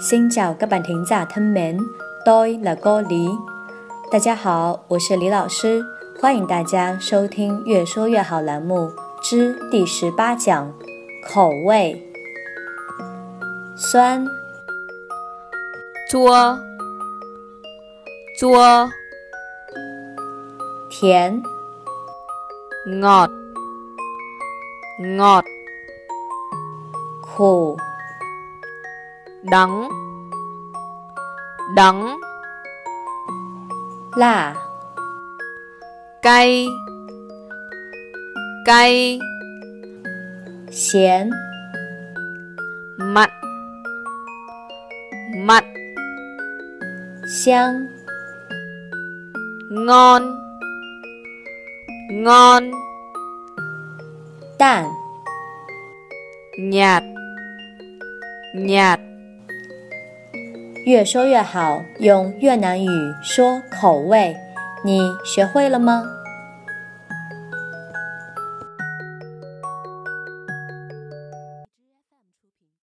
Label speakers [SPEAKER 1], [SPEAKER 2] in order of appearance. [SPEAKER 1] xin chào các bạn thính giả thân mến, tôi là cô Lý. 大家好，我是李老师，欢迎大家收听《越说越好》栏目之第十八讲：口味酸、
[SPEAKER 2] 作作
[SPEAKER 1] 甜、
[SPEAKER 2] ngọt ngọt
[SPEAKER 1] 苦、
[SPEAKER 2] đắng đắng
[SPEAKER 1] 辣、
[SPEAKER 2] cay cay
[SPEAKER 1] 咸、
[SPEAKER 2] mặn mặn
[SPEAKER 1] 香、
[SPEAKER 2] ngon ngon
[SPEAKER 1] 淡、
[SPEAKER 2] nhạt nhạt
[SPEAKER 1] 越说越好，用越南语说口味，你学会了吗？